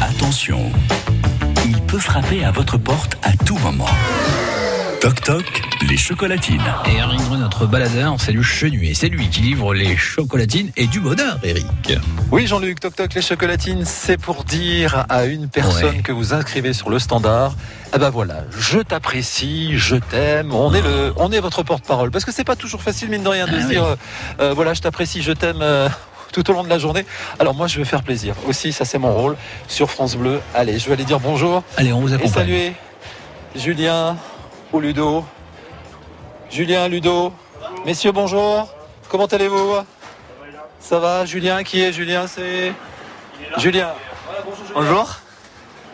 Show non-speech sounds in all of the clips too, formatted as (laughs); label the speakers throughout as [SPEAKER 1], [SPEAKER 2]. [SPEAKER 1] Attention, il peut frapper à votre porte à tout moment. Toc toc, les chocolatines.
[SPEAKER 2] Et Eric Dreux, notre baladeur, c'est le chenuet. C'est lui qui livre les chocolatines et du bonheur, Eric.
[SPEAKER 3] Oui, Jean-Luc, toc toc, les chocolatines, c'est pour dire à une personne
[SPEAKER 2] Ouais.
[SPEAKER 3] que vous inscrivez sur le standard, ah ben voilà, je t'apprécie, je t'aime, on est le, on est votre porte-parole, parce que c'est pas toujours facile mine de rien de
[SPEAKER 2] Ah
[SPEAKER 3] se
[SPEAKER 2] oui.
[SPEAKER 3] dire, euh, euh, voilà, je t'apprécie, je t'aime. euh, tout au long de la journée. Alors moi, je vais faire plaisir. Aussi, ça c'est mon rôle sur France Bleu. Allez, je vais aller dire bonjour
[SPEAKER 2] Allez, on vous
[SPEAKER 3] et
[SPEAKER 2] accompagne.
[SPEAKER 3] saluer Julien ou Ludo. Julien, Ludo, messieurs, bonjour. Comment allez-vous Ça va, Julien Qui est Julien C'est Julien. Bonjour.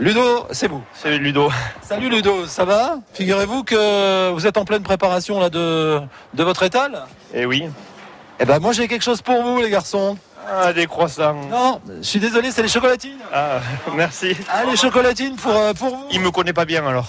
[SPEAKER 3] Ludo, c'est vous.
[SPEAKER 4] Salut Ludo.
[SPEAKER 3] Salut Ludo, ça va Figurez-vous que vous êtes en pleine préparation là de, de votre étal.
[SPEAKER 4] Eh oui.
[SPEAKER 3] Eh ben moi j'ai quelque chose pour vous les garçons.
[SPEAKER 4] Ah, des croissants.
[SPEAKER 3] Non, je suis désolé, c'est les chocolatines.
[SPEAKER 4] Ah, (laughs) merci.
[SPEAKER 3] Ah les chocolatines pour, euh, pour vous.
[SPEAKER 4] Il me connaît pas bien alors.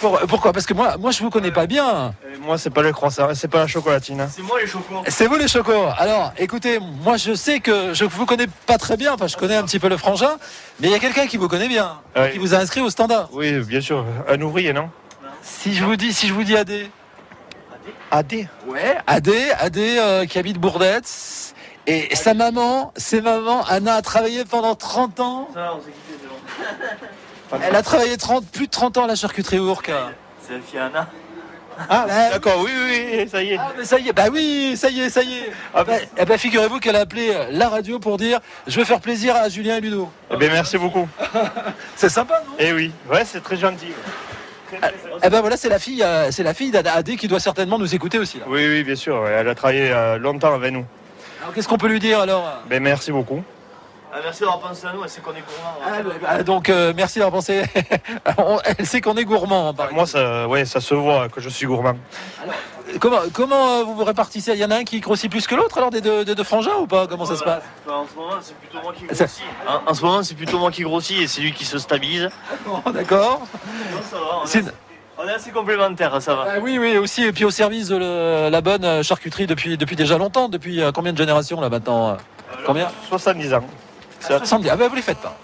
[SPEAKER 3] Pour- pourquoi Parce que moi moi je vous connais pas bien.
[SPEAKER 4] Euh, Moi, c'est pas le croissant, c'est pas la chocolatine. hein.
[SPEAKER 3] C'est vous les chocos. Alors, écoutez, moi je sais que je vous connais pas très bien, enfin je connais un petit peu le frangin, mais il y a quelqu'un qui vous connaît bien,
[SPEAKER 4] Oui.
[SPEAKER 3] qui vous a inscrit au standard.
[SPEAKER 4] Oui, bien sûr. Un ouvrier, non
[SPEAKER 3] Si je vous dis, si je vous dis AD,
[SPEAKER 4] AD.
[SPEAKER 3] ouais, AD, AD euh, qui habite Bourdette, et sa maman, ses mamans, Anna a travaillé pendant 30 ans. Elle a travaillé 30, plus de 30 ans à la charcuterie Ourc.
[SPEAKER 5] C'est Fiana.
[SPEAKER 4] Ah,
[SPEAKER 3] Ouais.
[SPEAKER 4] d'accord, oui, oui, oui, ça y est.
[SPEAKER 3] Ah, mais ça y est, bah oui, ça y est, ça y est.
[SPEAKER 4] Ah,
[SPEAKER 3] Bah, eh ben, figurez-vous qu'elle a appelé euh, la radio pour dire je veux faire plaisir à Julien et Ludo.
[SPEAKER 4] Eh bien, merci beaucoup.
[SPEAKER 3] C'est sympa, non
[SPEAKER 4] Eh oui, ouais, c'est très gentil.
[SPEAKER 3] Eh ben voilà, c'est la fille, euh, c'est la fille d'Adé qui doit certainement nous écouter aussi. là.
[SPEAKER 4] Oui, oui, bien sûr. ouais, Elle a travaillé euh, longtemps avec nous.
[SPEAKER 3] Alors qu'est-ce qu'on peut lui dire alors
[SPEAKER 4] Ben, merci beaucoup.
[SPEAKER 5] Ah, merci d'avoir pensé à nous, elle sait qu'on est gourmand.
[SPEAKER 3] Ah, bah, bah, Donc euh, merci d'avoir pensé. (laughs) On- Elle sait qu'on est gourmand. hein, par
[SPEAKER 4] Moi, ça, ouais, ça se voit que je suis gourmand.
[SPEAKER 3] exemple. Comment comment euh, vous vous répartissez Il y en a un qui grossit plus que l'autre alors des deux, des deux frangins ou pas Comment ça se passe
[SPEAKER 5] Enfin, Bah, en ce moment, c'est plutôt moi qui
[SPEAKER 3] Ça-
[SPEAKER 5] grossis. En, en ce moment, c'est plutôt moi qui grossis et c'est lui qui se stabilise.
[SPEAKER 3] Oh, D'accord.
[SPEAKER 5] Non, ça va, on, est,
[SPEAKER 3] C'est-
[SPEAKER 5] on est assez complémentaires, ça va.
[SPEAKER 3] Ah oui oui aussi et puis au service de le- la bonne euh, charcuterie depuis depuis déjà longtemps depuis euh, combien de générations là maintenant euh Combien
[SPEAKER 4] 70 ans. (laughs) ça-
[SPEAKER 3] 70. Ah bah vous les faites pas.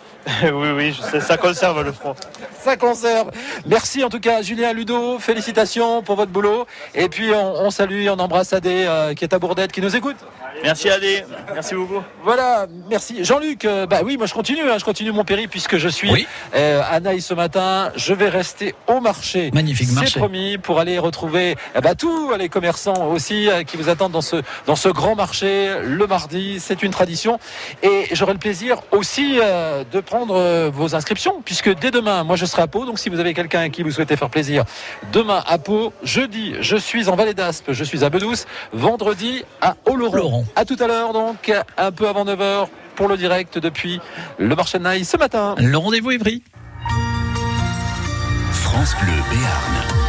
[SPEAKER 4] oui, oui, je sais, ça conserve le froid.
[SPEAKER 3] Ça conserve. Merci en tout cas Julien Ludo, félicitations pour votre boulot. Et puis on, on salue, on embrasse Adé euh, qui est à Bourdette, qui nous écoute.
[SPEAKER 5] Merci Adé, merci beaucoup.
[SPEAKER 3] Voilà, merci. Jean-Luc, euh, bah oui, moi je continue, hein, je continue mon périple puisque je suis
[SPEAKER 2] Oui.
[SPEAKER 3] euh, à Naïs ce matin. Je vais rester au marché.
[SPEAKER 2] Magnifique
[SPEAKER 3] C'est
[SPEAKER 2] marché.
[SPEAKER 3] promis pour aller retrouver eh ben, tous les commerçants aussi euh, qui vous attendent dans ce, dans ce grand marché le mardi. C'est une tradition. Et j'aurai le plaisir aussi euh, de prendre euh, vos inscriptions puisque dès demain, moi je serai à Pau. Donc si vous avez quelqu'un à qui vous souhaitez faire plaisir, demain à Pau, jeudi, je suis en Vallée d'Aspe, je suis à Bedouce, vendredi à
[SPEAKER 2] Oloron.
[SPEAKER 3] Oloron. À tout à l'heure donc, un peu avant 9h pour le direct depuis le marché de Naïs ce matin.
[SPEAKER 2] Le rendez-vous est pris.
[SPEAKER 1] France Bleu Béarn.